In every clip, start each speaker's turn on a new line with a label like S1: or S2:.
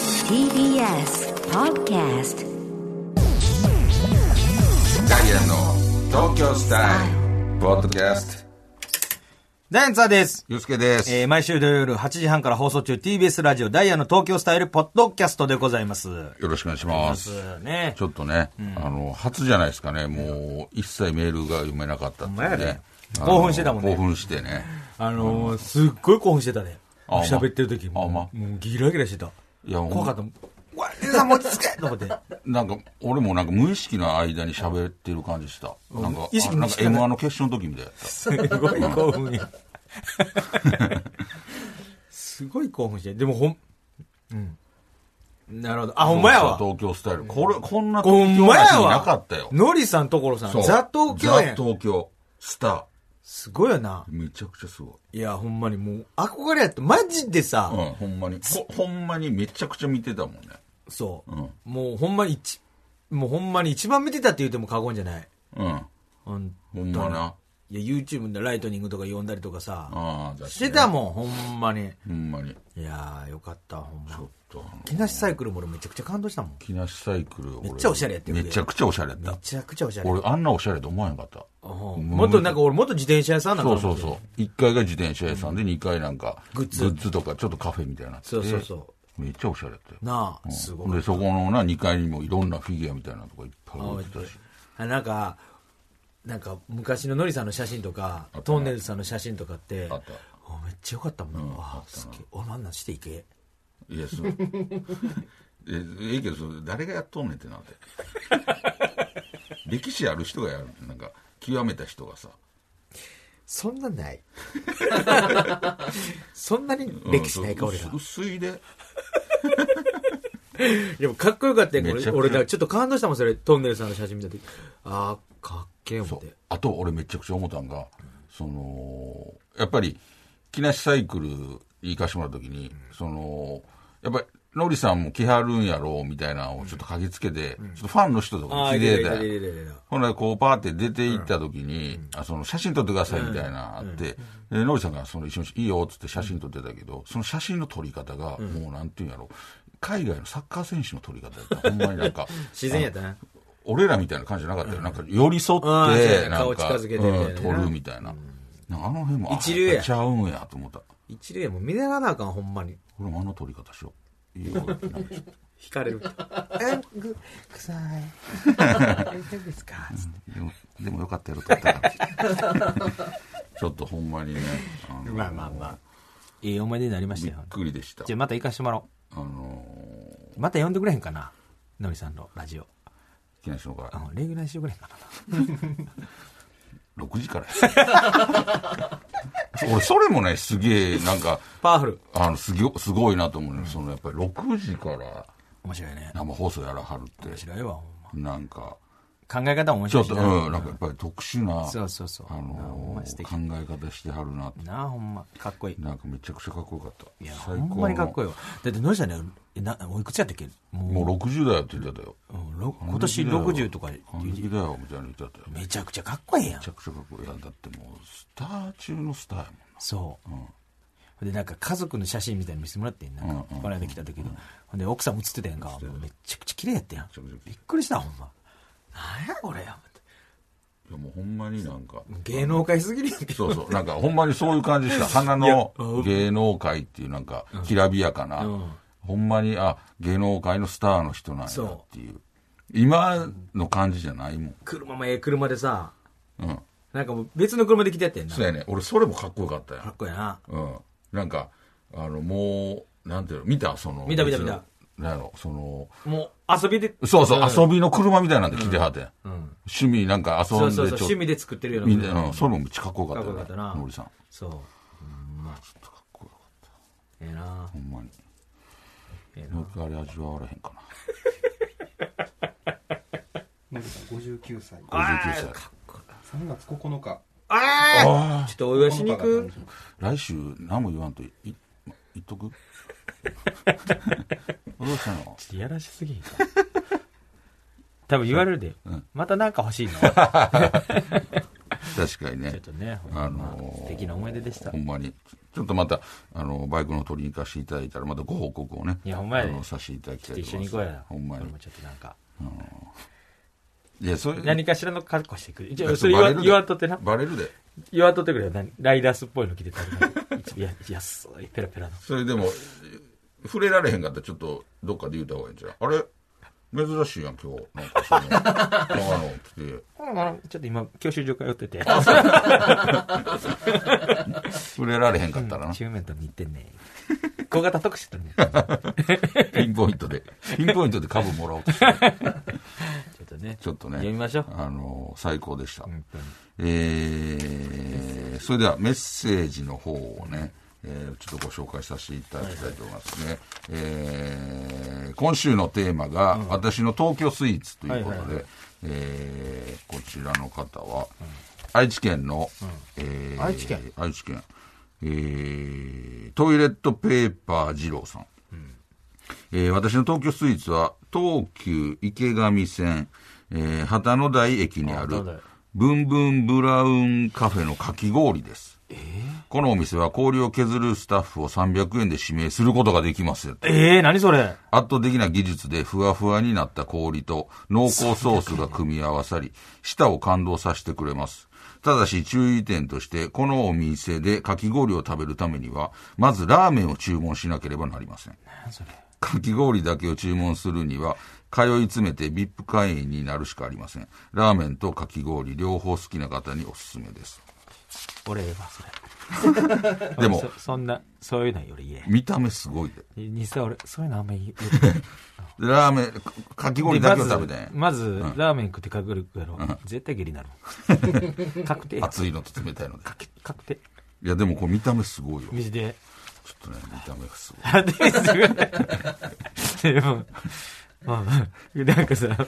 S1: TBS Podcast
S2: ダイアンの東京スタイル、ポッドキャスト、
S3: ダイアンツァーです。
S2: ゆうすけです。
S3: えー毎週土曜夜8時半から放送中 TBS ラジオダイヤの東京スタイルポッドキャストでございます。
S2: よろしくお願いします。
S3: ね
S2: ち。ょっとね、あの、初じゃないですかね、もう、一切メールが読めなかったって
S3: ほんまや
S2: いう
S3: で
S2: ね。あの
S3: 興奮してたもんね
S2: 興奮してね。
S3: あのー、すっごい興奮してたね。
S2: あほんま
S3: 喋ってる時も。
S2: あほんま
S3: もうギラギラしてた。
S2: いやほんま
S3: 怖かったもん。うわ、レさん落ち着けと思って。
S2: なんか、俺もなんか無意識の間に喋ってる感じした。なんか、
S3: 意識
S2: あなん
S3: 無
S2: か
S3: 意識
S2: M1 の決勝の時みたいだった。
S3: すごい興奮や。すごい興奮して。でもほん、うん。なるほど。あ、ほんまやわ。
S2: 東京スタイル。これ、こんな
S3: ほん
S2: 東京
S3: まや
S2: 話なか
S3: わ
S2: ったよ。。
S3: ノリさん、ところさん、
S2: そう
S3: ザ東京や
S2: ザ東京。スター。
S3: すごいよな。
S2: めちゃくちゃすごい。
S3: いや、ほんまにもう、憧れやった。マジでさ、
S2: うん、ほんまに。ほほんまにめちゃくちゃ見てたもんね。
S3: そう、
S2: うん
S3: もうほんまに一、もうほんまに一番見てたって言っても過言じゃない。
S2: うん。
S3: ほん
S2: ほんまな。
S3: いや、YouTube でライトニングとか呼んだりとかさ、
S2: ああ、だ
S3: してたもん、ほんまに。
S2: ほんまに。
S3: いやー、よかった、ほん
S2: ちょ
S3: ま
S2: っ。と、あの、
S3: 木梨サイクルも俺めちゃくちゃ感動したもん。
S2: 木梨サイクル、俺
S3: めっちゃおしゃれやってる
S2: めちゃくちゃおしゃれやっ
S3: め
S2: た。
S3: ちゃくちゃおしゃれ。
S2: 俺、あんなおしゃれと思わへんかった。
S3: うんもっとなんか俺、もっと自転車屋さんな
S2: そ
S3: の
S2: うそうそう。1階が自転車屋さんで、2階なんか、
S3: グッズ
S2: とか、ちょっとカフェみたいになってて
S3: そうそうそ
S2: めっちゃおしゃれやったよ
S3: う。。なあ、
S2: うん
S3: すごい
S2: で、。そこのな、2階にもいろんなフィギュアみたいなのとかいっぱい置いてたし。
S3: あなんかなんか昔のノリさんの写真とか
S2: ったな
S3: トンネルズさんの写真とかって
S2: あった
S3: おめっちゃ良かったもんな、あすげえお前あんなんしていけ
S2: いや、 そう。え、ええけど、それ誰がやっとんねんってなって。歴史ある人がやる。なんか、極めた人がさ。
S3: そんなんない そんなに
S2: うん
S3: 歴史ないか、
S2: そう
S3: 俺ら
S2: 薄薄いで。
S3: でもかっこよかったよ
S2: め
S3: 俺
S2: ちゃくちゃ
S3: 俺だからちょっと感動したもんそれトンネルズさんの写真見た時ああかっけえ思っ
S2: そう
S3: て
S2: あと俺めちゃくちゃ思ったんが、そのやっぱり木梨サイクルに行かしてもらった時に、そのやっぱりノリさんも来はるんやろうみたいなのをちょっと嗅ぎつけて、ちょっとファンの人とか
S3: あ
S2: も
S3: あ
S2: 聞い
S3: いや
S2: て
S3: い
S2: た
S3: やいや
S2: よ
S3: いやいや
S2: ほんならこうパーって出て行った時に、あその写真撮ってくださいみたいなあって、でノリさんがその一緒にいいよっつって写真撮ってたけど、その写真の撮り方がもうなんていうんやろ海外のサッカー選手の撮り方やった。ほんまになんか。
S3: 自然やったな
S2: 俺らみたいな感じじゃなかったよ。なんか寄り添
S3: あーそう
S2: っ
S3: や
S2: て、な
S3: ね
S2: んか、
S3: 顔近づけてみたいなね
S2: うん撮るみたいな。なんかあの辺も、あ
S3: 一流や
S2: っぱちゃうんやと思った。
S3: 一例も見習わなあかんほんまに
S2: 俺もあの撮り方しよう。いいよ。なんか
S3: 惹かれ るえぐ臭いえぐいっすか
S2: でも、でもよかったよ、撮ったから。 ちょっとほんまにね、あの
S3: まあまあまあ。いい思い出になりまし
S2: び
S3: た
S2: っ
S3: よ。
S2: くりでした
S3: じゃ。あまた行かしてもらおう。
S2: あの
S3: また呼んでくれへんかな。のりさんのラジオ。
S2: ー、木梨のが
S3: あの、レギュラーしてくれへんかな。
S2: 6時からや。 俺、それもね、すげえ、なんか、
S3: パワフル。
S2: あの、すげえすごいなと思うのよその、やっぱり6時から
S3: 面白いね。
S2: 生放送やらはるっ
S3: 面
S2: て、
S3: 白いわ、ほんま。
S2: なんか、
S3: 考え方も面
S2: ちょ
S3: 白
S2: っ
S3: いし
S2: と、
S3: な。
S2: うん、なんかやっぱり特殊な、
S3: そうそうそう
S2: あ
S3: なほん
S2: の
S3: ま素
S2: ー
S3: 敵
S2: 考え方してはるなって。
S3: なあ、ほんま。かっこいい。
S2: なんかめちゃくちゃかっこよかった。
S3: いや、ほ
S2: 最
S3: ん
S2: 高
S3: まにかっこい
S2: よ。
S3: いわ。だって、のりさんね、えな、おいくつやったっけも
S2: もう60代やって言ってたよ。
S3: う、うんろ今年60とかで、
S2: 還暦だよ、みたいな言ってたよ。め
S3: めちゃくちゃかっこいいやん
S2: ち。ゃくちゃかっこいい。いやだってもう、スター中のスターや
S3: そう。ほんで、なんか家族の写真みたいに見せてもらってん。なんか、この間来た時の。ほんで、奥さんも写ってたやんか。もうめっちゃくちゃ綺麗やったやん
S2: ちゃくちゃ綺。麗
S3: びっくりした、ほんま。なんやこれや。
S2: もん。いや、もうほんまになんか。
S3: 芸能界すぎるやんけ。
S2: そうそう。なんか、ほんまにそういう感じした。花の芸能界っていう、なんか、きらびやかな、
S3: うん
S2: ほんまに、あ、芸能界のスターの人なんや
S3: そ
S2: っていう。今の感じじゃないもん。
S3: 車もええ車でさ、
S2: うん。
S3: なんかもう別の車で来てやってんな。
S2: そう
S3: か
S2: やね。俺、それもかっこよかったやん。
S3: っこいいな。
S2: うん。なんか、あの、もう、なんていうの、見たその。
S3: 見た見た
S2: 別の
S3: 見
S2: なんやろ、その、
S3: もう遊びで、
S2: そうそう、遊びの車みたいなんで来てはってん。趣味なんか遊ん
S3: そ
S2: でち
S3: う
S2: ょ
S3: そうそう、
S2: っと。
S3: 趣味で作ってるよう
S2: み
S3: なん
S2: な
S3: 車。
S2: うん、それもめっちゃかっこよかったよ、ね。
S3: かっこよかったな
S2: のりさん。
S3: そう。
S2: まあ、ちょっとかっこよかった。
S3: ええな
S2: ほ。んまに。
S3: ええ
S2: も
S3: な
S2: う一回あれ味わわれへんかな。
S4: のりさん59歳
S2: 59歳。
S4: 3月9日
S2: あ
S3: ちょっとお祝いしに行く
S2: あー、来週何も言わんとい、いま言っと くどうしたの
S3: いやらしすぎんか。多分言われるで
S2: うん。
S3: またなんか欲しいの。ち
S2: 確かに
S3: ょ
S2: ね。
S3: っとね、
S2: あのー
S3: 素敵な思い出でした
S2: ほ。んまに。ちょっとまた、あの、バイクの取りに行かせていただいたら、またご報告をね。
S3: いやほんまやで
S2: あのさせていただき
S3: ち
S2: た
S3: ょっ
S2: い
S3: と
S2: と
S3: 一
S2: 思います
S3: 緒に行こうやな。
S2: ほんまに
S3: 俺も。ちょっとなんか。
S2: いや、それ、
S3: 何かしらの格好してくる。一
S2: いや
S3: 応、それ言
S2: バレる
S3: わ
S2: で
S3: 言わんとってな。
S2: バレるで。
S3: 言わんとってくれよ。何ライダースっぽいの着てたら。一応いや、安い、ペラペラの。
S2: それでも、え触れられへんかったら、ちょっと、どっかで言うた方がいいんじゃん。あれ珍しいやん、今日。なんか、 その、長野来て。
S3: ちょっと今、教習所通ってて、
S2: 触れられへんかったらな。
S3: 中面と似てんね。小型特殊とね。
S2: ピンポイントで。ピンポイントで株もらおうとして。
S3: ちょっとね。
S2: ちょっとね。
S3: 読みましょう
S2: あの、最高でした。
S3: 本当に
S2: えーそれではメッセージの方をね、えーちょっとご紹介させていただきたいと思いますね。えー今週のテーマが、私の東京スイーツということで、
S3: はいはい
S2: えーこちらの方は、愛知県の、えー
S3: 愛知県
S2: 愛知県、えートイレットペーパー二郎さん。えー私の東京スイーツは、東急池上線、えー旗の台駅にあ
S3: あ旗の台
S2: る、ブンブンブラウンカフェのかき氷です。このお店は氷を削るスタッフを300円で指名することができますよ
S3: ええ、何それ
S2: 圧倒的な技術でふわふわになった氷と濃厚ソースが組み合わさり、舌を感動させてくれます。ただし注意点として、このお店でかき氷を食べるためには、まずラーメンを注文しなければなりません。
S3: 何それ
S2: かき氷だけを注文するには、通い詰めて VIP 会員になるしかありません。ラーメンとかき氷、両方好きな方におすすめです。
S3: 俺ええわ、それ。
S2: でも
S3: 俺そそんな、そういうのより言
S2: 見た目すごいで。
S3: え。に実際俺、そういうのあんまり言う。
S2: でラーメン、かかき氷だけを食べてん。
S3: まず、まずラーメン食ってかくるやろ。絶対 下痢になるもん。確定や。
S2: 熱いのと冷たいので。
S3: 確定。
S2: いや、でもこれ見た目すごいよ。ちょっ
S3: 水で。
S2: とね、見た目がすごい。
S3: あ、ですごい。でも、まあ、なんかさ、もう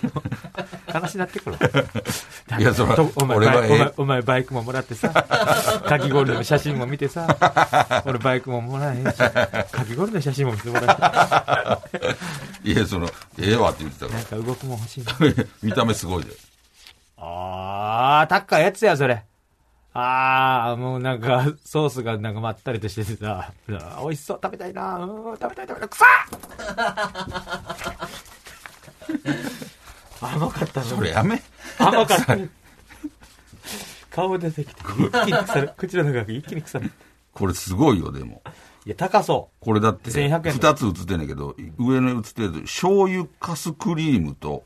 S3: 話になってくるわ。
S2: いやそら
S3: とお前
S2: 俺は
S3: バイお
S2: え
S3: 前、お前バイクももらってさ、かき氷の写真も見てさ、俺バイクももらえへんし、かき氷の写真も見てもらって、
S2: いや、その、ええわって言ってたか
S3: なんか動くもん欲しいな。
S2: ら。 見た目すごいで。
S3: あー、高いやつや、それ。あー、もうなんか、ソースがなんかまったりとしててさ、うわ美味しそう、食べたいな、うーん、食べたい、食べたい、くさ っ甘かったの
S2: それやめ。
S3: 甘かった。顔出てきて、一気に腐る。口の中が一気に腐る。
S2: これすごいよ、でも。
S3: いや、高そ
S2: これだって、
S3: 1100円
S2: 二つ映ってんねんけど、上の映ってる醤油かすクリームと、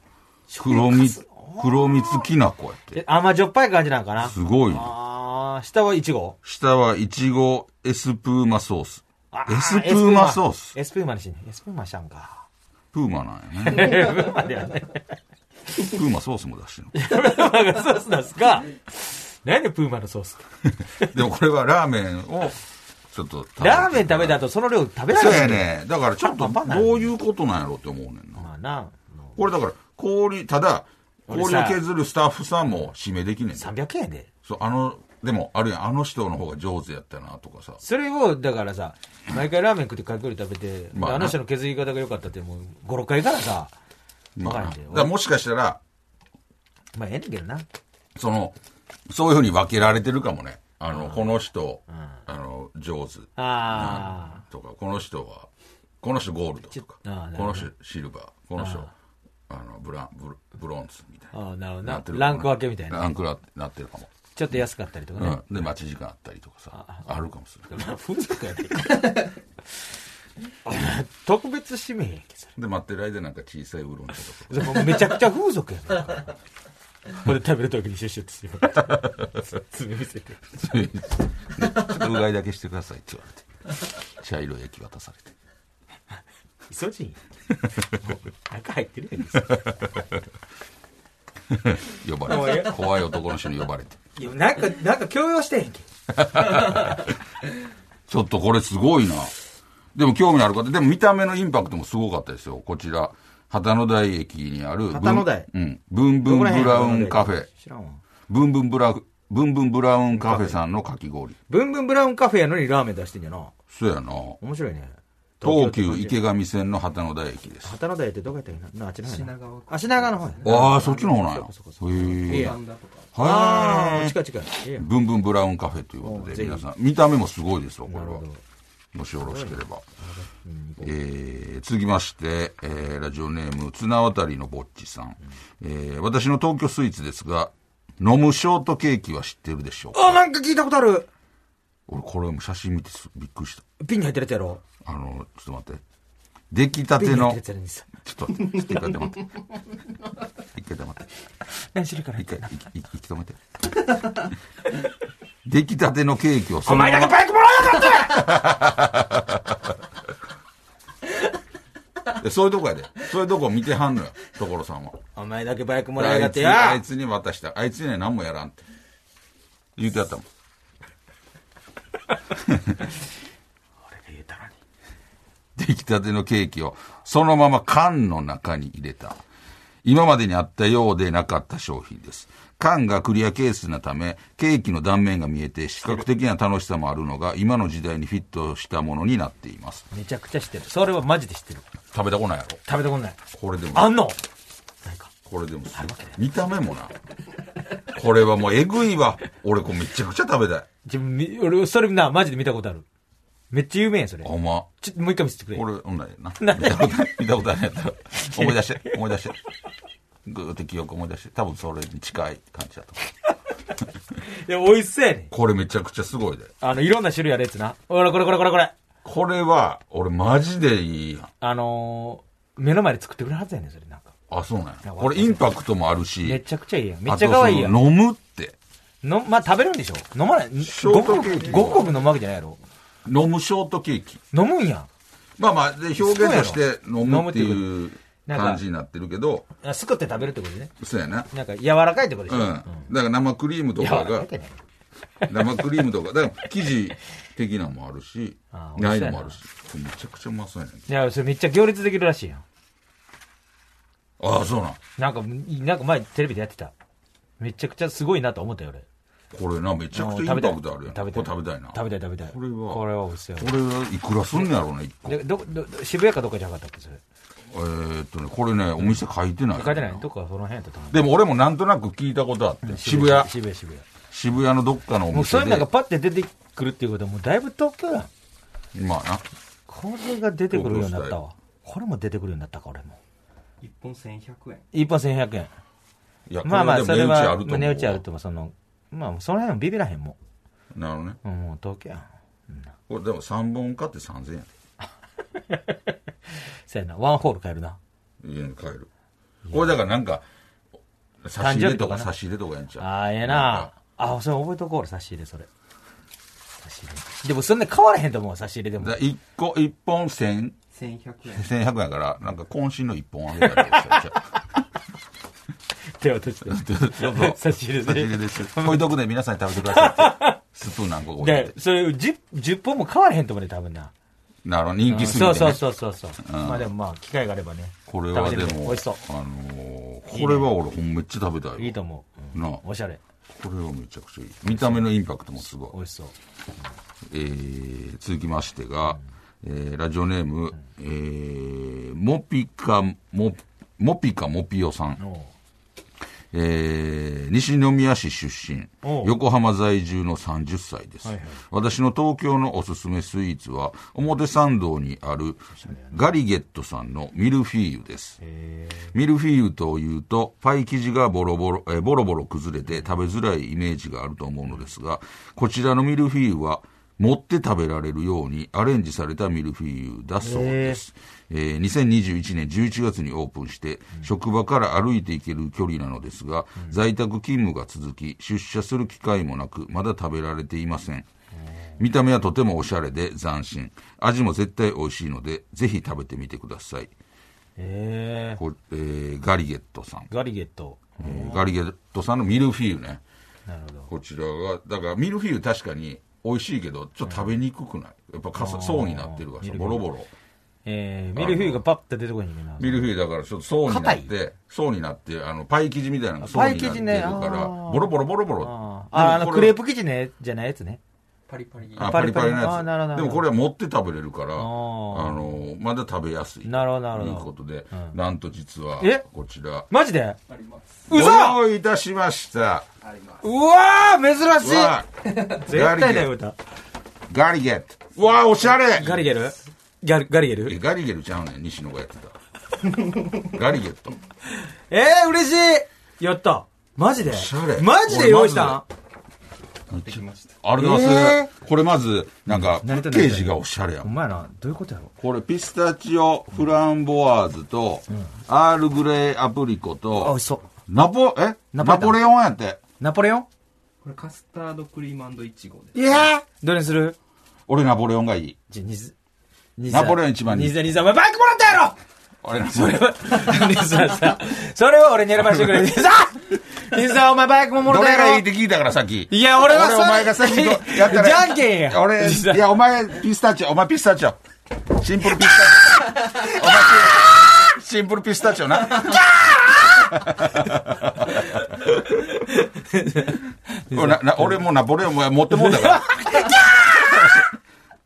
S2: 黒蜜、黒蜜きな粉やっ
S3: う。え
S2: て。
S3: 甘じょっぱい感じなんかな。
S2: すごいよ。
S3: あー、下はいちご
S2: 下は、いちごエスプーマソース。
S3: あ
S2: エスプーマソース。
S3: エスプーマにしね。エスプーマしちゃう んか。
S2: プーマなんや
S3: エ
S2: ね。
S3: スプーマではね。
S2: プーマソースも出してる
S3: プーマがソースなんすか何でプーマのソースって
S2: の。でもこれはラーメンを、ちょっと食べて
S3: ラーメン食べた後その量食べら
S2: そう
S3: れ
S2: や
S3: る
S2: ね。だからちょっと、どういうことなんやろうって思うねんな。
S3: まあな、
S2: これだから、氷、ただ、
S3: 俺
S2: 氷
S3: さ
S2: を削るスタッフさんも指名できねえんだ。
S3: 300円やで。
S2: そう、あの、でも、あるやん、あの人の方が上手やったなとかさ。
S3: それを、だからさ、毎回ラーメン食ってかき氷食べて、
S2: まあな
S3: あの人の削り方が良かったって、もう5、6回からさ、
S2: まあ、
S3: わ
S2: だ
S3: か
S2: か
S3: るよ
S2: らもしかしたら、
S3: まあええねんけどな。
S2: その、そういうふうに分けられてるかもね。あの、この人、あの、上手
S3: あ
S2: とか、この人は、この人ゴールドとか
S3: ちょあ、ー
S2: この人シルバー、この人、あの、ブラン、ブルブロンズみたい
S3: あ、あ
S2: な。
S3: あなるほど
S2: な
S3: な
S2: って。るかも
S3: ランク分けみたいな。
S2: ランクななってるかも。
S3: ちょっと安かったりとかね。
S2: うん。で、待ち時間あったりとかさ、あるかもしれない。
S3: まあ風俗やで。 お前特別指名やんけ、そ
S2: で、待ってる間なんか小さいウーロン茶とか。
S3: れ。それめちゃくちゃ風俗やん。これ食べるときにシュッシュッてするわ。 爪見せて。
S2: そういうね ちょっとうがいだけしてくださいって言われて。 茶色い液渡されて。
S3: イソジンやん。中入ってるやんけそれ
S2: 呼ばれて。怖い男の人に呼ばれて。
S3: いや、なんか、なんか強要してへんけ。
S2: ちょっとこれすごいな。でも興味ある方、でも見た目のインパクトもすごかったですよ。こちら、旗の台駅にある、
S3: 旗の台
S2: ブンうん。ブンブンブラウンカフェ。
S3: 知らんわ。
S2: ブンブンブラ、ブンブンブラウンカフェさんのかき氷。
S3: ブンブンブラウンカフェやのにラーメン出してんじゃな。
S2: そうやな。
S3: 面白いね。
S2: 東急池上線の旗の台駅です。
S3: 旗の台ってどこやったっけななあっちの方やな
S4: 品川区
S3: あ品川の方やな
S2: ああ、そっちの方なんや。
S3: そこそこそこ
S2: へ
S3: いい
S2: え
S3: や。
S4: なんだとか
S3: あ
S2: は
S3: あ
S2: い。
S3: 近い近いええやん
S2: ブンブンブラウンカフェということ
S3: お
S2: で、
S3: ぜひ
S2: 皆さん、見た目もすごいですよ、これ
S3: なる
S2: は
S3: ほど。
S2: もしよろしければ。えー続きまして、えーラジオネーム、綱渡りのぼっちさん。えー私の東京スイーツですが、飲むショートケーキは知ってるでしょうか
S3: あなんか聞いたことある
S2: 俺、これも写真見てすびっくりした。
S3: ピンに入ってるやつやろ
S2: あの、ちょっと待って。出来た
S3: ピン
S2: て
S3: に入っ
S2: の
S3: てるやつ、やろにさ
S2: ちょっと待って、一回待って。一回待って。
S3: 何しるから
S2: 一回、いい息止めて。出来たてのケーキをそ
S3: お
S2: の
S3: 前
S2: ま
S3: なんか
S2: ま
S3: バイクもらわなかった
S2: えそういうとこやで。そういうとこ見てはんのよ、所さんは。
S3: お前だけバイクもらい
S2: あ
S3: やが
S2: い
S3: って
S2: つにあ
S3: や
S2: いつに渡した。あいつには何もやらんって。言うてやったもん。
S3: 言うたのに
S2: 出来たてのケーキをそのまま缶の中に入れた。今までにあったようでなかった商品です。缶がクリアケースなため、ケーキの断面が見えて視覚的な楽しさもあるのが、今の時代にフィットしたものになっています。
S3: めちゃくちゃ知ってるそれはマジで知ってる
S2: 食べたことないやろ
S3: 食べたことない
S2: これでも。
S3: あんのないか
S2: これでもすごい見た目もな。これはもうえぐいわ。俺これめちゃくちゃ食べたい。
S3: 自分み俺それなマジで見たことあるめっちゃ有名やんそれ
S2: ほんま。
S3: ちょっともう一回見せてくれ
S2: 俺、うんだよな。見たことない見たことないやったら。思い出して、思い出して。ぐーって記憶思い出して。多分それに近い感じだと思う。
S3: いや美味しそうやねん
S2: これめちゃくちゃすごいで。
S3: あのいろんな種類あるやつなほらこれこれこれこれ
S2: これは、俺マジでいいやん。
S3: あのー、目の前で作ってくれるはずやねんそれなんか
S2: あ、そうなんや。これインパクトもあるし。
S3: めちゃくちゃいいやんめっちゃ可愛いや
S2: あ
S3: ん
S2: とその飲むって。
S3: のまあ食べるんでしょ飲まない
S2: ショートケーキ
S3: ごくごく飲むわけじゃないやろ
S2: 飲むショートケーキ。
S3: 飲むんや
S2: まあまあ、で表現とし
S3: そうや
S2: て飲むっていう
S3: なんか
S2: 感じになってるけど、
S3: んすくって食べるってことね
S2: そうやな。
S3: なんか柔らかいってことでし
S2: う
S3: ょ、
S2: ん。だから生クリームと
S3: 柔
S2: から
S3: かい
S2: が
S3: っ、てね
S2: 生クリームとか、だから生地的なんもあるし
S3: あ、ー美
S2: な
S3: 味し
S2: い
S3: そうやな
S2: のもあるし、めちゃくちゃうまそうやねん。
S3: いやそれめっちゃ行列できるらしいやん
S2: ああ、そうなん。
S3: なんかなんか前テレビでやってためちゃくちゃすごいなと思ったよ俺
S2: これな、めちゃくちゃインパクトあるやん。これ食べたいな。
S3: 食べ
S2: こ
S3: たい食べたい
S2: これは
S3: これは美味しそうや
S2: れはいくらすんねやろうな、一個。え
S3: でどどど渋谷かどっかじゃなかったっけそれ
S2: ーっとね、これね、お店書いてない。
S3: 書いてないどっかその辺やったと思う
S2: でも俺もなんとなく聞いたことあって、渋谷、
S3: 渋谷渋谷
S2: 渋谷のどっかのお
S3: もうそ
S2: 店
S3: ういう
S2: で
S3: のが、パッて出てくるっていうことはもうだいぶ東京やん
S2: まあな、
S3: これが出てくるようになったわこれも出てくるようになったか俺も
S4: 1本1100円
S3: 一本1100円
S2: いや、
S3: まあまあ
S2: こ
S3: そ
S2: で
S3: れ
S2: も値打ちあ
S3: は
S2: ると思う。
S3: 値打ちあるともそのまあその辺もビビらへんも
S2: なるほどね。
S3: んうんもう東京やん
S2: これでも3本買って3000円や
S3: せやなワンホール買えるな
S2: で。家に帰る。これだからなんか、差し入れと
S3: 誕生日とか
S2: か
S3: な
S2: 差し入れとかやんちゃう。
S3: ああええ
S2: なん
S3: な
S2: か。
S3: あそれ覚えとこう俺差し入れそれ差し入れでもそんな変わらへんと思う差し入れでも
S2: だから一個、一本千、
S4: 1100円
S2: 千百やから、なんか渾身の一本あげたりとかしちゃ
S3: 手渡して
S2: う ちょっと
S3: 差し入れで
S2: 差し入れです。置いとくで皆さんに食べてくださいって。スプーン何個か置い
S3: で
S2: て。
S3: それ 10, 10本も変わらへんと思うね多分な
S2: なるほど、人気すぎて、
S3: そ
S2: ね。
S3: うそうそうそうそう、まあでもまあ機会があればね
S2: これは
S3: 食
S2: で
S3: べてみて美
S2: も、
S3: 味しそ
S2: あのーこれは俺ほんめっちゃ食べた
S3: う
S2: い
S3: いい
S2: よ。
S3: と思う、うん
S2: なあ
S3: おしゃれ
S2: これはめちゃくちゃいい。見た目のインパクトもすごい
S3: 美。味しそう
S2: えー続きましてが、えーラジオネーム、えーモピカモ、モピカモピオさん、
S3: おう
S2: えー西宮市出身
S3: お、う
S2: 横浜在住の30歳です、
S3: はいはい
S2: 私の東京のおすすめスイーツは、表参道にあるガリゲットさんのミルフィーユです。
S3: へえ
S2: ミルフィーユというと、パイ生地がボロボロ、えーボロボロ崩れて食べづらいイメージがあると思うのですが、こちらのミルフィーユは、持って食べられるようにアレンジされたミルフィーユだそうです。えー2021年11月にオープンして、職場から歩いて行ける距離なのですが、在宅勤務が続き、出社する機会もなく、まだ食べられていません。見た目はとてもおしゃれで斬新。味も絶対美味しいので、ぜひ食べてみてください。
S3: へえ
S2: こえーガリゲットさん、
S3: ガリゲット
S2: えーガリゲットさんのミルフィーユね
S3: なるほど
S2: こちらがだからミルフィーユ確かに美味しいけどちょっと食べにくくないやっぱかさ層になってるからさボロボロ
S3: えー、ミルフィーユがパッて出てこないんだけどな
S2: ミルフィーユだからちょっと層になっ
S3: 硬
S2: て層になってあのパイ生地みたいなのが層
S3: パイ
S2: になっ
S3: 生
S2: て
S3: 地
S2: る
S3: ね
S2: から
S3: あー
S2: ボロボロボロボロ
S3: あーああ
S2: で
S3: の
S2: も
S3: ク
S2: こ
S3: レ
S2: れ
S3: ープ生地ねじゃないやつね
S5: パリパリ。
S2: あ
S4: パ
S2: パ
S4: リ
S2: リ
S4: パ
S2: パ
S4: リ
S2: リの
S4: あーなるほど
S2: やつでもこれは持って食べれるからあ
S4: あー
S2: のまだ食べやすい
S4: なるほどなるほど
S2: ということで、
S4: うん
S2: なんと実は
S4: え
S2: こちら
S4: マジで
S5: あります。
S4: うざ
S2: ご用意いたしました
S5: あります。
S4: うわー珍しい
S2: わあ
S4: 絶対だ
S2: ガ
S4: よ
S2: リ
S4: 歌
S2: ガリゲットわあおしゃれ
S4: ガリゲルギャルガリゲ
S2: え
S4: ル
S2: ガリゲルちゃうねん西野がや ってたガリゲット
S4: えー、嬉しいやったマジで
S2: しゃれ
S4: マジで用意したん
S5: できました。
S2: ありがとうござい
S4: え
S2: ます、これまずなんかパ
S4: 何と
S2: ッケ
S4: 何と
S2: ージがおしゃれや
S4: お
S2: ん
S4: 前などういうことやろ
S2: これピスタチオフランボワーズと、アールグレイアプリコ
S4: あ美
S2: と
S4: 味しそう
S2: ナポえ
S4: ナ
S2: ナ
S4: ポ
S2: ポ
S4: レタン
S2: レオンやって
S4: ナポレオン
S5: これカスタードクリームいちごです。
S4: いやどれにする
S2: 俺ナポレオンがいい
S4: じゃあ、ニズ、ニ
S2: ナポレオン一番
S4: ニ
S2: に
S4: ズ、ニズ、お前バイクもらったやろ
S2: 俺ナポレオン
S4: それ は、ニズさんさ、それは俺に選ばせて くれ。ニズさんニズさん、お前バイクももら
S2: ど
S4: っ
S2: れ
S4: た
S2: がいいっ
S4: やろ
S2: て聞いたからさっき。
S4: いや、俺は
S2: 俺
S4: そ
S2: お前が先にやったら。
S4: じゃんけんや。
S2: 俺、
S4: ニズさん
S2: いや、お前ピスタチオ、お前ピスタチオ。シンプルピスタチオ。お前シンプルピスタチオ な。俺なな俺もナポレオンも持ってもんだから。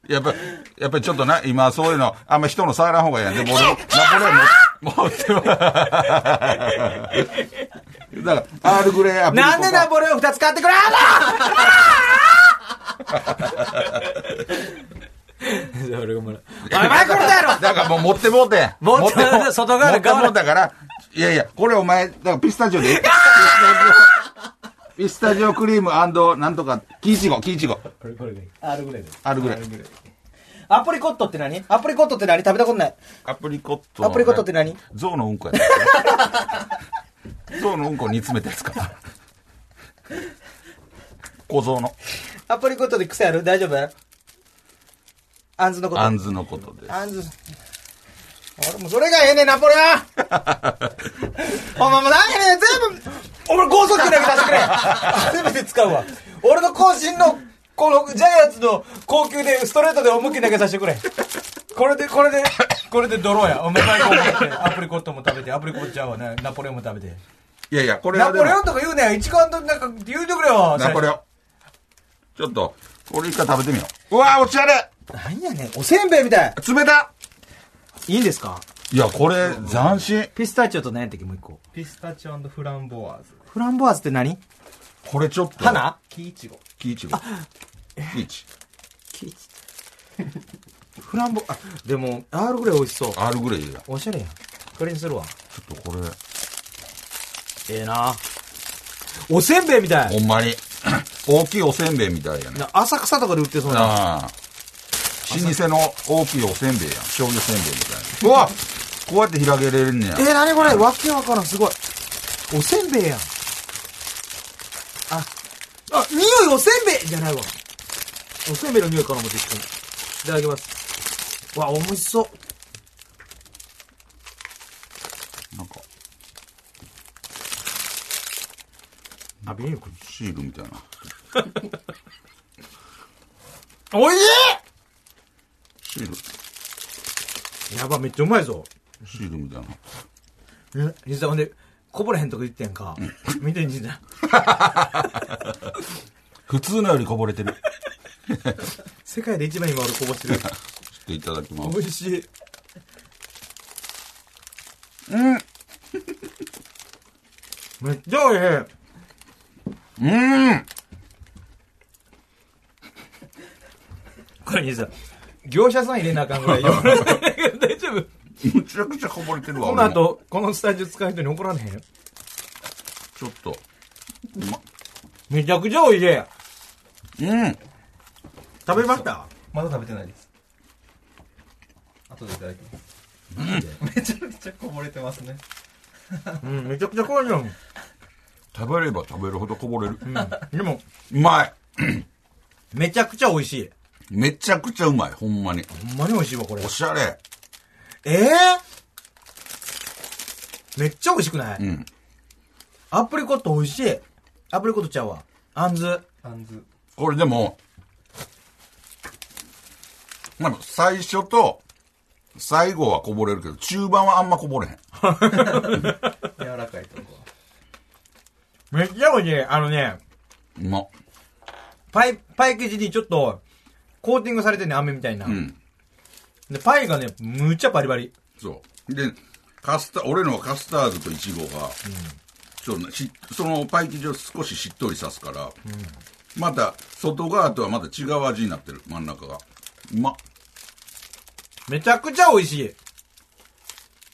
S2: やっぱ、やっぱりちょっとな、今そういうの、あんま人の触らん方がいいやん。でも俺も、ナポレオンも持ってもだから、アールグレーアプリコが
S4: なんでナポレオン二つ買ってくれんの俺がもらう。お前バイクもらったやろ
S2: だからもう持ってもうてん。
S4: 持ってもうて外側
S2: 持
S4: で
S2: って
S4: 買わな
S2: もうたから。いやいや、これお前、だからピスタチオ でいい。ピスタチオクリームなんとか、キイチゴ、キイチゴ。
S4: これ、これがいい。あれぐらいで。
S2: あるぐらい。
S4: アプリコットって何アプリコットって何食べたことない。
S2: アプリコットの。
S4: アプリコットって何
S2: 象のうんこや った。象のうんこを煮詰めたやつか。小僧の。
S4: アプリコットで癖ある大丈夫あんずのこと。
S2: あんずのことです。
S4: あんず。俺もうそれがええねんナポ レオンお前もうなんやねん全部、俺高速球だけ出 してくれ全て使うわ。俺の更新の、このジャイアンツの高級でストレートで思いっきり投げさせてくれ。これで、これで、これでドローや。お前最高持って、アプリコットも食べて、アプリコットちゃうわね。ナポレオンも食べて。
S2: いやいや、これ
S4: ナ
S2: はで
S4: ポ
S2: も
S4: レオンとか言うなよ。一番となんか言うてくれよ。
S2: ナポレオン。ちょっと、これ一回食べてみよう。うわー、おしゃれ
S4: なんやねん。おせんべいみたい。
S2: 冷た
S4: いいんですか
S2: いや、これ、斬新。
S4: ピスタチオと何やったっけもう一個。
S5: ピスタチオフランボワーズ。
S4: フランボワーズって何
S2: これちょっと。
S4: 花
S5: キイチゴ。
S2: キイチゴ。キイチ。
S4: フランボ、あ、でも、アールグレイ美味しそう。
S2: アールグレイだ。
S4: おしゃれやん。これにするわ。
S2: ちょっとこれ、
S4: ええなおせんべいみたい。
S2: ほんまに。 大きいおせんべいみたいやね。
S4: な浅草とかで売ってそうな。
S2: ああ。老舗の大きいおせんべいやん。醤油せんべいみたいな。うわこうやって開けれるんねや
S4: え。ー、なにこれわけわからん。すごい。おせんべいやん。あ、あ、匂いおせんべいじゃないわ。おせんべいの匂いからも絶対。いただきます。わ、美味しそう。
S2: なんか、
S4: あ、ビニールく
S2: シールみたいな。
S4: おいし
S2: シール、
S4: いやば、めっちゃうまいぞ。
S2: シールみたいな。
S4: ね、兄さんほんで、こぼれへんとこ言ってんか。見て、兄さん。
S2: 普通のよりこぼれてる。
S4: 世界で一番今俺こぼしてる。
S2: ちょっといただきます。
S4: 美味しい。うん。めっちゃ美味しい。
S2: うーん
S4: これにさ、業者さん入れなあかんぐらいよ。大丈夫。
S2: むちゃくちゃこぼれてるわ。
S4: この
S2: 俺も
S4: 後、このスタジオ使う人に怒られへん
S2: ちょっと。うま
S4: めちゃくちゃ美味しい。
S2: うん。
S4: 食べました
S5: まだ食べてないです。後でいただきます。めちゃめちゃこぼれてますね。
S4: うん、めちゃくちゃ怖いじゃん。
S2: 食べれば食べるほどこぼれる。
S4: でも、
S2: うまい。
S4: めちゃくちゃ美味しい。
S2: めちゃくちゃうまい。ほんまに。
S4: ほんまに美味しいわ、これ
S2: お。しゃれ。
S4: ええめっちゃ美味しくない、
S2: うん。
S4: アプリコット美味しい。アプリコットちゃうわ。あんず。
S5: あんず。
S2: これでも、なんか最初と最後はこぼれるけど、中盤はあんまこぼれへん。
S5: 柔らかいとこは。
S4: めっちゃ美味しい。あのね、
S2: うま。
S3: パイ、パイ生地にちょっと、コーティングされてんね、飴みたいな。
S2: うん。
S3: で、パイがね、むっちゃバリバリ。
S2: そう。で、カスタ、俺のはカスタードとイチゴが、ちょっとねしそのパイ生地を少ししっとりさすから、また、外側とはまた違う味になってる、真ん中が。うまっ。
S3: めちゃくちゃ美味しい。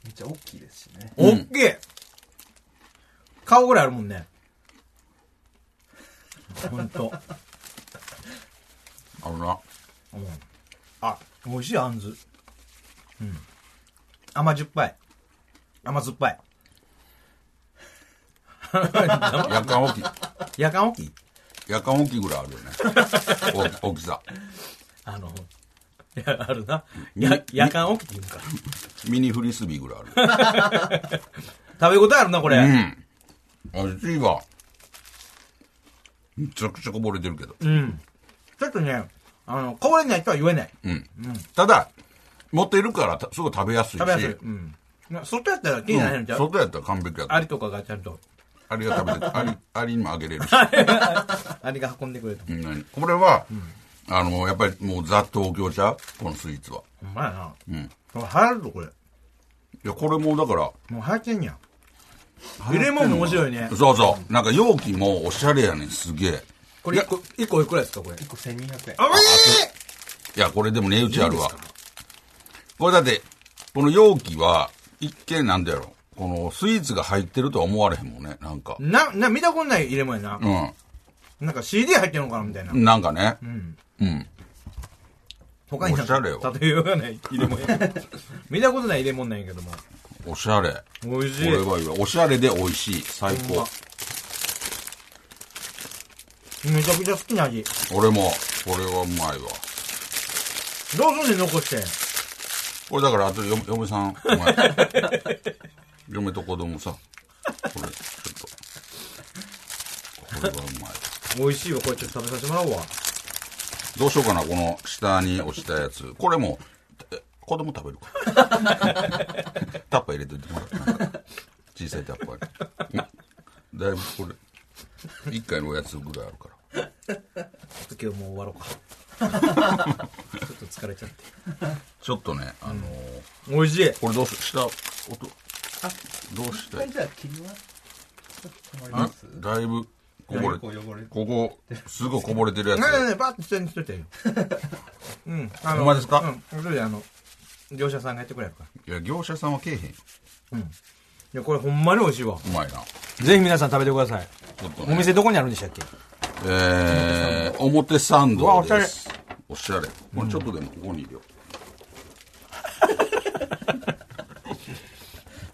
S4: めっちゃ大きいですしね。
S2: うん
S3: おっきい。顔ぐらいあるもんね。ほんと。
S2: あのな、
S3: あ、美味しい、あんず。うん。甘じゅっぱい。甘酸っぱい。
S2: 夜間大きい。
S3: 夜間置き
S2: 夜間大きいぐらいあるよね。 お大きさ。
S3: あの、いや、あるな。
S2: うん
S3: や
S2: み、
S3: 夜間置きって言うんか。
S2: ミニフリスビーぐらいある。
S3: 食べ応えあるな、これ。
S2: うん。味いいわ。めちゃくちゃこぼれてるけど。
S3: うん。ちょっとね、あの、こぼれない人は言えない。
S2: うん。ただ、持ってるからたすごい食べやすいし。
S3: 食べやすい。うん。な外やったら気にならへんじゃ。
S2: うん外やったら完璧やった
S3: アリとかがちゃんと、
S2: ありが食べて、あり、ありにもあげれるし。
S3: アリが運んでくれると。
S2: うんこれは、あの、やっぱりもうザ東京茶このスイーツは。
S3: ほんまやな。
S2: うん。
S3: これ流行るぞ、これ。
S2: いや、これもだから、
S3: もう流行ってんやん。入れ物も面白いね。
S2: そうそう。なんか容器もおしゃれやねん、すげえ。
S3: これ一個、一個いくらですか、これ。
S4: 1個1200円。
S3: あ、
S2: いや、これでも値打ちあるわ。これだって、この容器は、一見なんだやろ。このスイーツが入ってるとは思われへんもんね、なんか。
S3: な、な、見たことない入れ物やな。
S2: う
S3: なんか CD 入ってるのかな、みたいな。
S2: ん。なんかね。
S3: ん
S2: うん。
S3: 他になん
S2: おし
S3: か
S2: ゃれよ
S3: 例えようがない入れ物や。 見たことない入れ物なんやけども。
S2: おしゃれ。
S3: 美味
S2: こ
S3: しい
S2: れ。はいいわ。おしゃれで美味しい。最高。
S3: めちゃくちゃ好きな味。
S2: 俺も、これはうまいわ。
S3: どうすんねん、残して。
S2: これだから、あと嫁嫁さん、お前。 嫁と子供さ。これ、ちょっと。これはうまい。
S3: 美味しいわ、これちょっと食べさせてもらおうわ。
S2: どうしようかな、この下に落ちたやつ。これも、え子供食べるから。 タッパー入れといてもらってなんか。小さいタッパーに。うんだいぶこれ、一回のおやつぐらいあるから。
S3: ちょっと今日もう終わろうか。 ちょっと疲れちゃって。
S2: ちょっとね、あのー
S3: 美味しい。
S2: これどうす、下、音、どうした
S4: はい
S2: い
S4: じゃあ、切りは止まります
S2: んだいぶこぼれ、
S4: こう汚れ
S2: ここ、すごいこぼれてるやつ。
S3: なんでね、バッと下にしとい てよ。うん。あ
S2: ほんまですか
S3: うん。それであの、業者さんがやってくれるから。
S2: いや、業者さんはけえへんよ。
S3: いや、これほんまに美味しいわ。
S2: うまいな。
S3: ぜひ皆さん食べてください。
S2: ちょっとね
S3: お店どこにあるんでしたっけ
S2: えー、表参
S3: う
S2: 道
S3: わおしゃれ
S2: です。おしゃれ。これちょっとでもここにいるよ。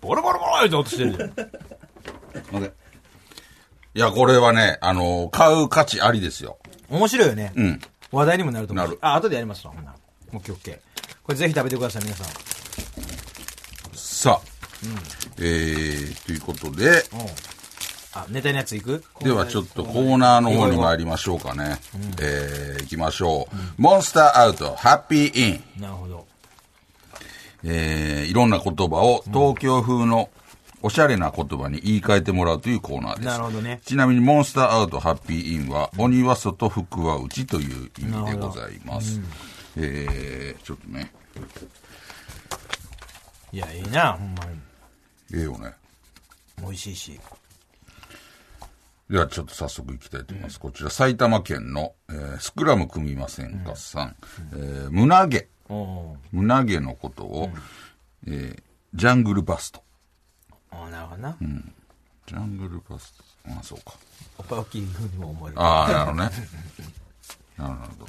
S3: ボロボロボロって音してるじゃん。
S2: あれいや、これはね、あのー買う価値ありですよ。
S3: 面白いよね。
S2: うん。
S3: 話題にもなると思う。
S2: なる
S3: あ、後でやりますわ、ほんなら。オッケーオッケー。これぜひ食べてください、皆さん。
S2: さあ。えー、ということで、
S3: うん。あ、ネタのやついく
S2: ではちょっとコーナーの方に参りましょうかね。えー、行きましょう。モンスターアウト、ハッピーイン。
S3: なるほど。
S2: えー、いろんな言葉を東京風のおしゃれな言葉に言い換えてもらうというコーナーです。
S3: なるほどね
S2: ちなみに、モンスターアウトハッピーインは、鬼は外、福は内という意味でございます。えー、ちょっとね、
S3: いや、いいな、ほんまに。
S2: ええよね。
S3: 美味しいし。
S2: では、ちょっと早速行きたいと思います。こちら、埼玉県の、えースクラム組みませんかさん、えー、胸毛。
S3: うん。
S2: 胸毛のことを、えージャングルバスト。
S3: あなるほどな。
S2: ジャングルバスト。あ、そうか。
S3: おっぱい大きい風にも思える。
S2: ああ、なる ほどね。なるほど。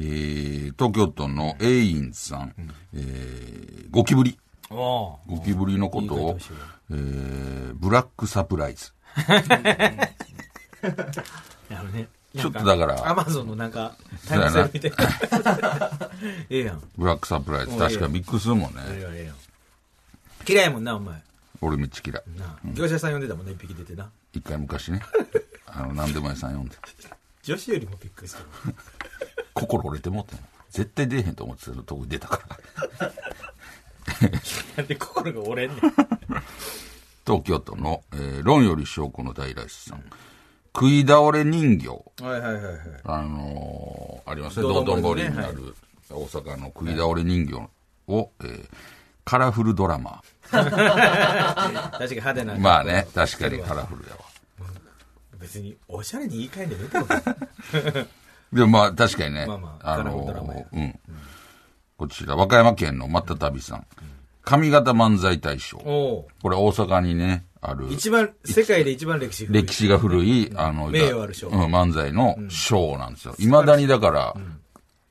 S2: えー、東京都のエインさん、えー、ゴキブリ。
S3: おう
S2: ゴキブリのこと
S3: いい言い
S2: を
S3: 方してる、
S2: えー、ブラックサプライズ。
S3: なるほどね。
S2: ちょっとだから
S3: アマゾンのなんか、タ
S2: そう
S3: イム
S2: やな
S3: セールみたい な。ええやん。
S2: ブラックサプライズ。
S3: お
S2: 確かミックスもん
S3: ええ
S2: ね。
S3: やん、ええやん。嫌いやもんな、お前。
S2: 俺めっちゃ嫌い。
S3: なあ業者さん呼んでたもんな、一匹出てな。
S2: 一回昔ね。 あの、何でも屋さん読んで。
S3: 女子よりもびっくりする。
S2: 心折れてもってん。絶対出えへんと思ってたとこに出たから。
S3: なんで心が折れんねん。
S2: 東京都の、えー論より証拠の大来さん。食い倒れ人形。
S4: はいはいはいはい。
S2: あのーありますね。
S4: 道
S2: 道
S4: 頓
S2: 頓
S4: 堀
S2: 堀
S4: ね
S2: にある大阪の食い倒れ人形を、えーカラフルドラマ
S4: 確かに派手な。
S2: ー。まあね、確かにカラフルやわ。
S4: 別に、おしゃれに言い換えんでもいいと思う。
S2: でもまあ確かにね、
S4: まあ
S2: あ
S4: まあカラフルドラマや
S2: のー、うん。こちら、和歌山県のまたたびさん。上方漫才大賞。
S4: お
S2: こ
S4: お
S2: れ大阪にね、ある
S4: う。一番、世界で一番歴史古い。
S2: 歴史が古い、あの、
S4: 名誉ある賞
S2: うん、漫才の賞なんですよ。いまだにだから、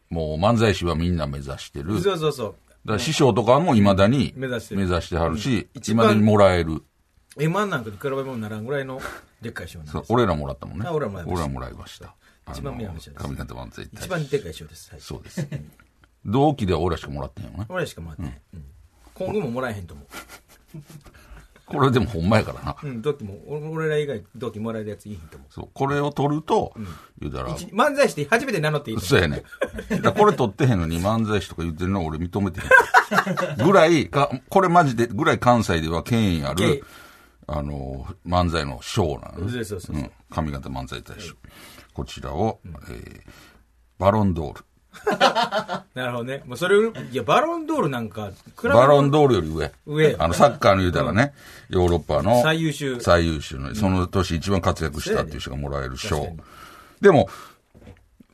S2: もう漫才師はみんな目指してる。
S4: そうそうそう。
S2: だから師匠とかもいまだに
S4: 目指してる
S2: 目指してはるし、
S4: 一
S2: い
S4: 番
S2: まだにもらえる。
S4: M1 なんかに比べ物にならんぐらいのでっかい賞なん
S2: そう
S4: です。
S2: 俺らもらったもんね。
S4: あ俺らもらいました
S2: いました。
S4: 一番
S2: あの
S4: 目の話です
S2: 上方漫才大
S4: 一
S2: 賞
S4: 番でっかい賞です。はい。
S2: そう です。同期では俺らしかもらってへんよね。
S4: 俺らしかもらってない。うん今後ももらえへんと思う。
S2: これでもほんまやからな。
S4: うん、同期も、俺俺ら以外同期もらえるやついいひんと思う。
S2: そう。これを取ると、言うたら、
S4: 一漫才して初めて名乗っていいと思う
S2: そうやね。だからこれ取ってへんのに漫才師とか言ってるのは俺認めてへん。ぐらいか、これマジで、ぐらい関西では権威あ
S4: 権威
S2: る、あの、漫才の賞なのね。
S4: そうそうそうそう
S2: うん。上方漫才大賞。こちらを、えーバロンドール。
S4: なるほどね。もうそれより、いや、バロンドールなんか、比べ
S2: バロン
S4: ド
S2: ドールより上。
S4: 上
S2: あの、サッカーの言うたらね、ヨーロッパの
S4: 最優秀
S2: 最優秀の、その年一番活躍したっていう人がもらえる
S4: そうや
S2: 賞
S4: ね。
S2: でも、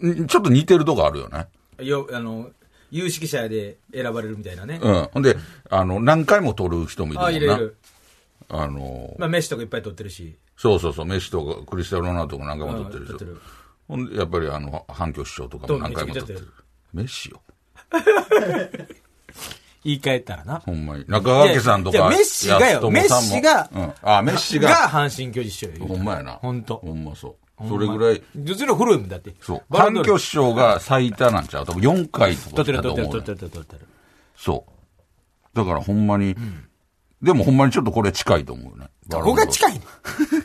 S2: んちょっと似てるとこあるよね。
S4: ルよ、あの、有識者で選ばれるみたいなね。
S2: うん。ほんで、あの、何回も撮る人もいる
S4: あ、
S2: も
S4: 入
S2: ん
S4: れ
S2: な。
S4: る。
S2: あの、
S4: まあ、飯とかいっぱい取ってるし。
S2: そうそうそう、メッシとかクリスタル・ロナウドとか何回も撮ってる
S4: うん
S2: 人
S4: 撮ってる。
S2: ほんで、やっぱりあの、反響師匠とかも何回も撮って
S4: どうめちゃくちゃ撮
S2: る
S4: っ。
S2: メッシよ。
S4: 言い換えたらな。
S2: ほんまに。中川家さんと
S4: いや
S2: か、
S4: メッシがよ、メ
S2: 安友
S4: ッ
S2: さんも
S4: シが、
S2: うんあ、メッシが。
S4: 阪神巨人師匠よ言うた
S2: ほ
S4: ら。
S2: んまやな。
S4: ほんと
S2: ほんまそう。それぐらい、
S4: どちら古いもんだって。
S2: そう。
S4: バロン
S2: 反
S4: ドール
S2: 響師匠が最多なんちゃう多分4回とか
S4: 取っ
S2: だ
S4: てる
S2: と
S4: 取って
S2: 思
S4: る
S2: うね
S4: 取ってる取ってる取ってる。
S2: そう。だからほんまに、でもほんまにちょっとこれ近いと思うね。
S4: どこが近
S2: い
S4: い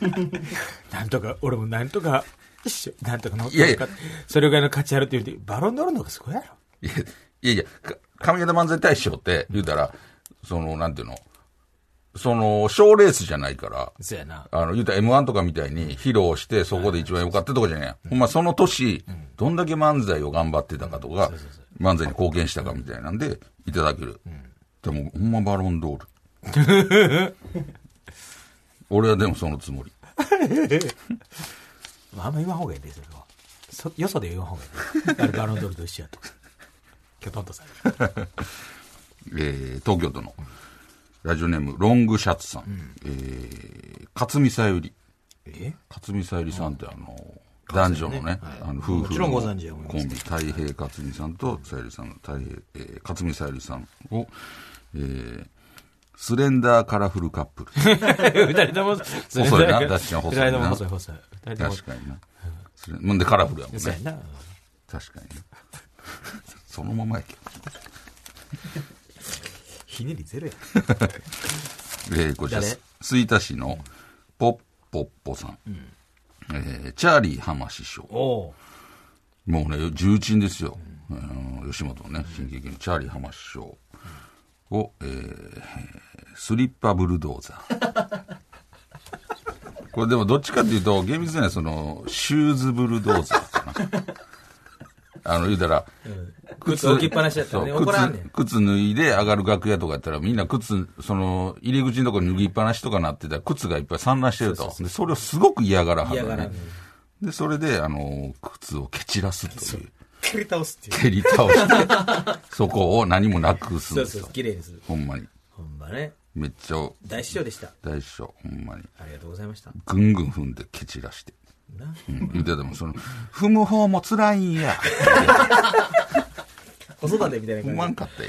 S4: ねん なんとか、俺もなんとか、一緒、なんとか乗って
S2: いやいや
S4: それぐらいの価値あるって言うて、バロンドールの方がすごいやろ。
S2: いやいやいや、か上方漫才大賞って言うたら、その、なんていうの、その、賞レースじゃないから、
S4: そうやな。
S2: あの、言うたら M1 とかみたいに披露して、そこで一番良かったとかじゃない。ほんまその年、どんだけ漫才を頑張ってたかとか、漫才に貢献したかみたいなんで、いただける。でも、ほんまバロンドール。 俺はでもそのつもり。
S4: まあ、あんま言わん方がいいで、それは。そよそで言わん方がいい。あれバロンドールと一緒やと。きょとんとされる。
S2: えー東京都のラジオネーム、ロングシャツさん。えー勝見さゆり。
S4: え
S2: 勝見さゆりさんってあの、男女のね、あの夫婦の
S4: もちろんご存知や思います
S2: コンビ、太平勝美さんとさゆりさんの太平、えー勝美さゆりさんを、えースレンダーカラフルカップル。
S4: 二人とも、細
S2: 細いな確かに細いな
S4: 二人とも細い細い。二人とも
S2: 確かにな。スレんでカラフルやもん
S4: そうや
S2: ね。
S4: な。
S2: 確かにね。そのままやけど。
S4: ひねりゼロや。
S2: えーこちら
S4: 誰、
S2: 吹田市のポッポッポさん。えーチャーリー浜師匠。
S4: おお。
S2: もうね、重鎮ですよ。あの吉本のね、新喜劇のチャーリー浜師匠を、えースリッパブルドーザー。 これでもどっちかっていうと、厳密にはその、シューズブルドーザーかな。あの、言うたら、
S4: 靴置きっぱなしやったらね、
S2: そう
S4: 怒らんねん。
S2: 靴靴脱いで上がる楽屋とかやったらみんな靴、その、入り口のとこに脱ぎっぱなしとかなってたら靴がいっぱい散乱してると。で、それをすごく嫌がらはる
S4: 嫌
S2: の
S4: がらん
S2: ね
S4: ね。
S2: で、それで、あの、靴を蹴散らすという。
S4: 蹴り倒すっていう。
S2: 蹴り倒して、そこを何もなくすん
S4: そう
S2: です
S4: そ
S2: よ
S4: う、。綺麗にする。
S2: ほんまに。
S4: ほんまね。
S2: めっちゃ
S4: 大師匠でした。
S2: 大将、ほんまに。
S4: ありがとうございました。
S2: ぐんぐん踏んで蹴散らして。
S4: な
S2: うん、言うてたもん、その、踏む方も辛いんや。
S4: 子育てみたいな
S2: 踏
S4: 感
S2: ま
S4: じ
S2: んか ったよ。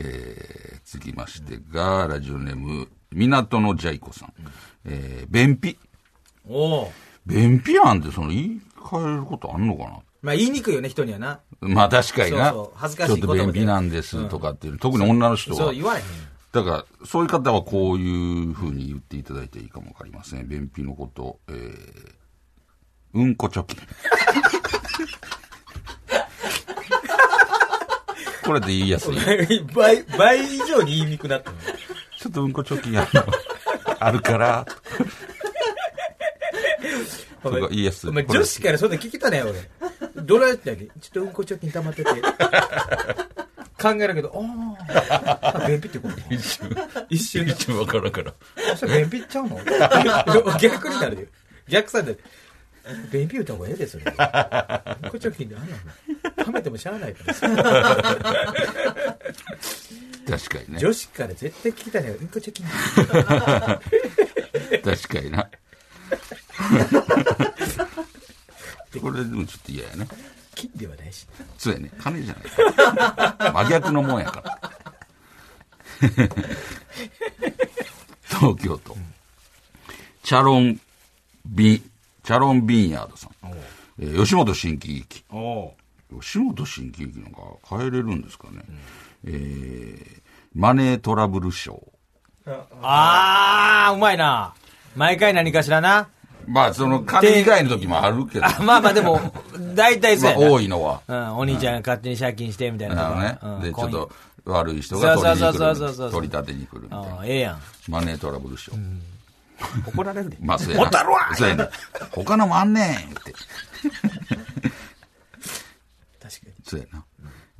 S2: えー、続きましてが、ラジオネーム、港のジャイコさん。えー、便秘。
S4: で。おお。
S2: 便秘なんて、その、言い換えることあんのかな
S4: まあ言いにくいよね、人にはな。
S2: まあ確かにな。
S4: そうそう恥ずかしい
S2: ちょっと便秘なんで
S4: 言葉
S2: す
S4: で
S2: とかっていう、特に女の人は。
S4: そう言われへん。
S2: だから、そういう方はこういうふうに言っていただいていいかもわかりません。便秘のこと、えー、うんこ貯金。 これで言いやすい。
S4: 倍、倍以上に言いにくくなったの。
S2: ちょっとうんこ貯金あるのあるから、とか言いやすい
S3: お前女子からそんな聞きたね、俺。どれってやけちょっとうんこちょっに溜まってて。考えるけど、ああ、便秘ってこと
S2: 一瞬、一瞬、一瞬分からんから。
S3: あそれ便秘ちゃうの逆になるよ。逆さで。便秘言った方がええですよ。うんこちょっに何なの溜めてもしゃあないからさ。
S2: 確かにね。
S3: 女子から絶対聞きたね、うんこちょっに。
S2: 確かにな。これでもちょっと嫌やね。
S3: 金ではないし。
S2: そうやね。金じゃない。 真逆のもんやから。 東京都。チャロンビ、チャロンビンヤードさん。えー吉本新喜劇。
S4: おお
S2: 吉本新喜劇なんか変えれるんですかね。えーマネートラブルショー。
S3: ああ、うまいな。毎回何かしらな。
S2: まあ、その、金以外の時もあるけど、ま
S3: まあまあでも、大体そう
S2: あ
S3: やな。
S2: 多いのは。
S3: うん、お兄ちゃんが勝手に借金して、みたいな
S2: な
S3: と
S2: のね。
S3: か。
S2: で、ち
S3: う
S2: ょ
S3: ん
S2: っと、悪い人が取りに
S3: そうそうそう
S2: 来
S3: そう
S2: る。取り立てに来るみたい
S3: あ
S2: な
S3: あ。ええやん。
S2: マネートラブルショー。
S3: 怒られるで。
S2: まあ、そうやな。
S3: おったろわ
S2: そうやね。他のもあんねんって。
S3: 確かに。
S2: そうやな。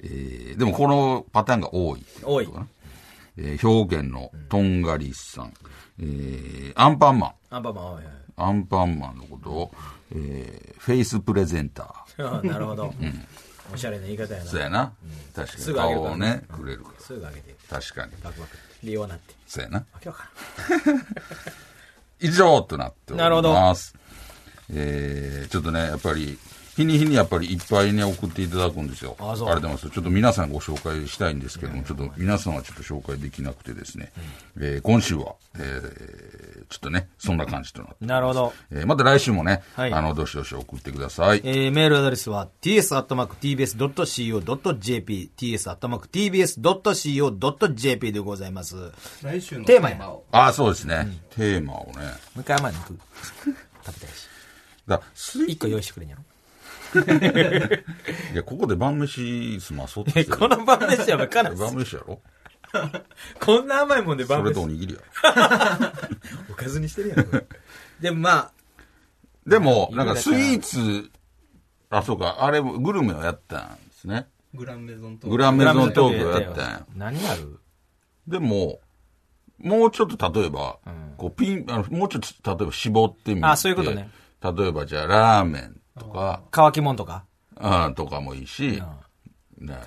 S2: えー、でもこのパターンが多いっていうことかな。えー、兵庫県のとんがりさん。えー、アンパンマン。
S3: アンパンマン、はいはい
S2: アンパンマンのことを、えー、フェイスプレゼンター。
S3: ああなるほど。おしゃれな言い方やな。
S2: そうやな。確か
S3: す
S2: に
S3: ぐあげる
S2: 顔
S3: から
S2: をね、くれるか
S3: すぐ上げて、
S2: ら。確かに。
S3: バクバク。で、弱なって。
S2: そうやな。
S3: わけわか
S2: 以上となっております。
S3: なるほど
S2: えー、ちょっとね、やっぱり、日に日にやっぱりいっぱいね、送っていただくんですよ。
S3: あそう
S2: れでもそうちょっと皆さんご紹介したいんですけども、ちょっと皆さんはちょっと紹介できなくてですね、えー今週は、えーちょっとね、そんな感じとなっております
S3: らん。なるほど。
S2: えーまた来週もね、
S3: はい
S2: あの、どしどし送ってください。
S6: えーメールアドレスは ts.tbs.co.jp ts.tbs.co.jp でございます。も
S4: 来週の
S3: テーマや
S4: を
S2: ああ、そうですね、テーマをね。
S3: う一回甘いの 食う。食べたいし。
S2: だスイ
S3: 一個用意してくれんやろ。
S2: いや、ここで晩飯済まそうとして
S3: え、
S2: る。
S3: この晩飯やばいかな。
S2: 晩飯やろ
S3: こんな甘いもんで
S2: そ
S3: 晩
S2: れとお
S3: 飯。
S2: にぎりやろ
S3: おかずにしてるやん。こ れでもまあ、
S2: でも、
S3: いろ
S2: ないん
S3: ろ
S2: かスイーツ、あ、そうか、あれ、グルメをやったんですね。
S4: グランメゾンと
S2: グランメゾン東京
S3: グランメゾ
S2: や
S3: ン
S2: っ
S3: 東京
S2: たん
S3: や
S2: や。
S3: 何やる
S2: でも、もうちょっと例えば、こうピン、あのもうちょっと例えば絞ってみて。
S3: あそういうことね。
S2: 例えばじゃあ、ラーメンとか、
S3: 乾きもんとか。
S2: うん、とかもいいし、ね
S3: なる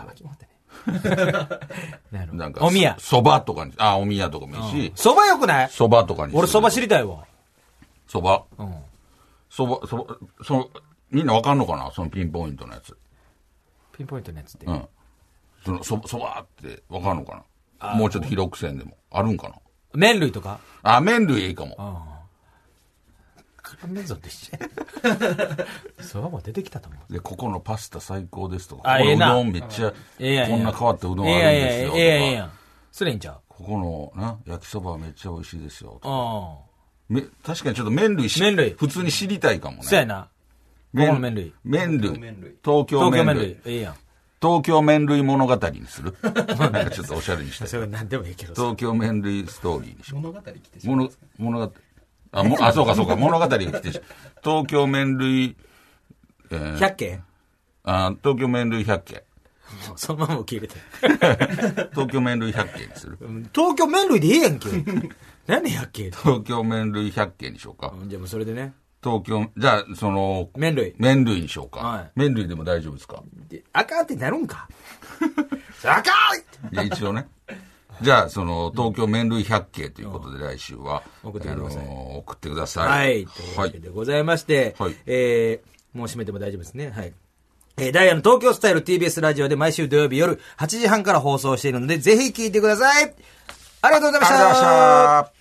S3: ほど
S2: なんか、
S3: おみや。
S2: そばとかに、あ、おみやとかもいいし、
S3: そばよくない
S2: そばとかに。
S3: 俺そば知りたいわ。
S2: そば
S3: うん。
S2: そば、そば、その、みんなわかんのかなそのピンポイントのやつ。
S3: ピンポイントのや つって
S2: う。ん。その、そ、そばってわかるのかなもうちょっと広くせんでも。あるんかな
S3: 麺類とか
S2: あ、麺類いいかも。
S3: カラメンゾと一緒や。そばも出てきたと思う。
S2: で、ここのパスタ最高ですとか、
S3: あ
S2: ここの
S3: ええ
S2: う
S3: な
S2: どんめっちゃ、
S3: ええやん。
S2: こんな変わったうどんあ
S3: え
S2: るん
S3: えやんえ
S2: ですよと
S3: えやんええやんええや
S2: か、
S3: ん。それいいんちゃう
S2: ここのな、焼きそばめっちゃ美味しいですよと
S3: う
S2: か。め
S3: ん。
S2: 確かにちょっと麺類し
S3: 麺類
S2: 普通に知りたいかもね。
S3: そうやな。
S2: 麺
S3: ここの麺類。
S2: 麺類
S4: 東京
S2: 東京
S3: 東京
S4: 麺類。
S2: 麺
S3: 麺類
S2: 類。。
S3: ええやん。
S2: 東京麺類物語にするなんかちょっとおしゃれにしたい。
S3: それは何でもいいけどさ。
S2: 東京麺類ストーリーにしよう。
S4: 物語来てしまう
S2: 物、物語。あ、もあそうかそうか、物語が来てし東京麺類、えー
S3: 100件
S2: あ東京麺類百景。
S3: もうそのまま受け入れて。
S2: 東京麺類百景にする。
S3: 東京麺類でいいやんけ。何で100件
S2: 東京麺類百景にしようか。
S3: うんじゃあもうそれでね。
S2: 東京、じゃあ、その、
S3: 麺類。
S2: 麺類にしようか。
S3: はい
S2: 麺類でも大丈夫ですか
S3: であかんってなるんか。あかんって
S2: いや、一応ね。 じゃあ、その、東京麺類百景ということで、来週は、
S3: 送ってきてください
S2: あのー送ってくださ。
S3: はいい。というわけでございまして、
S2: はい
S3: えーもう閉めても大丈夫ですね。はい。えーダイヤの東京スタイル TBS ラジオで毎週土曜日夜8時半から放送しているので、ぜひ聞いてください。ありがとうございま
S2: あ
S3: し。
S2: りがとうございましたた。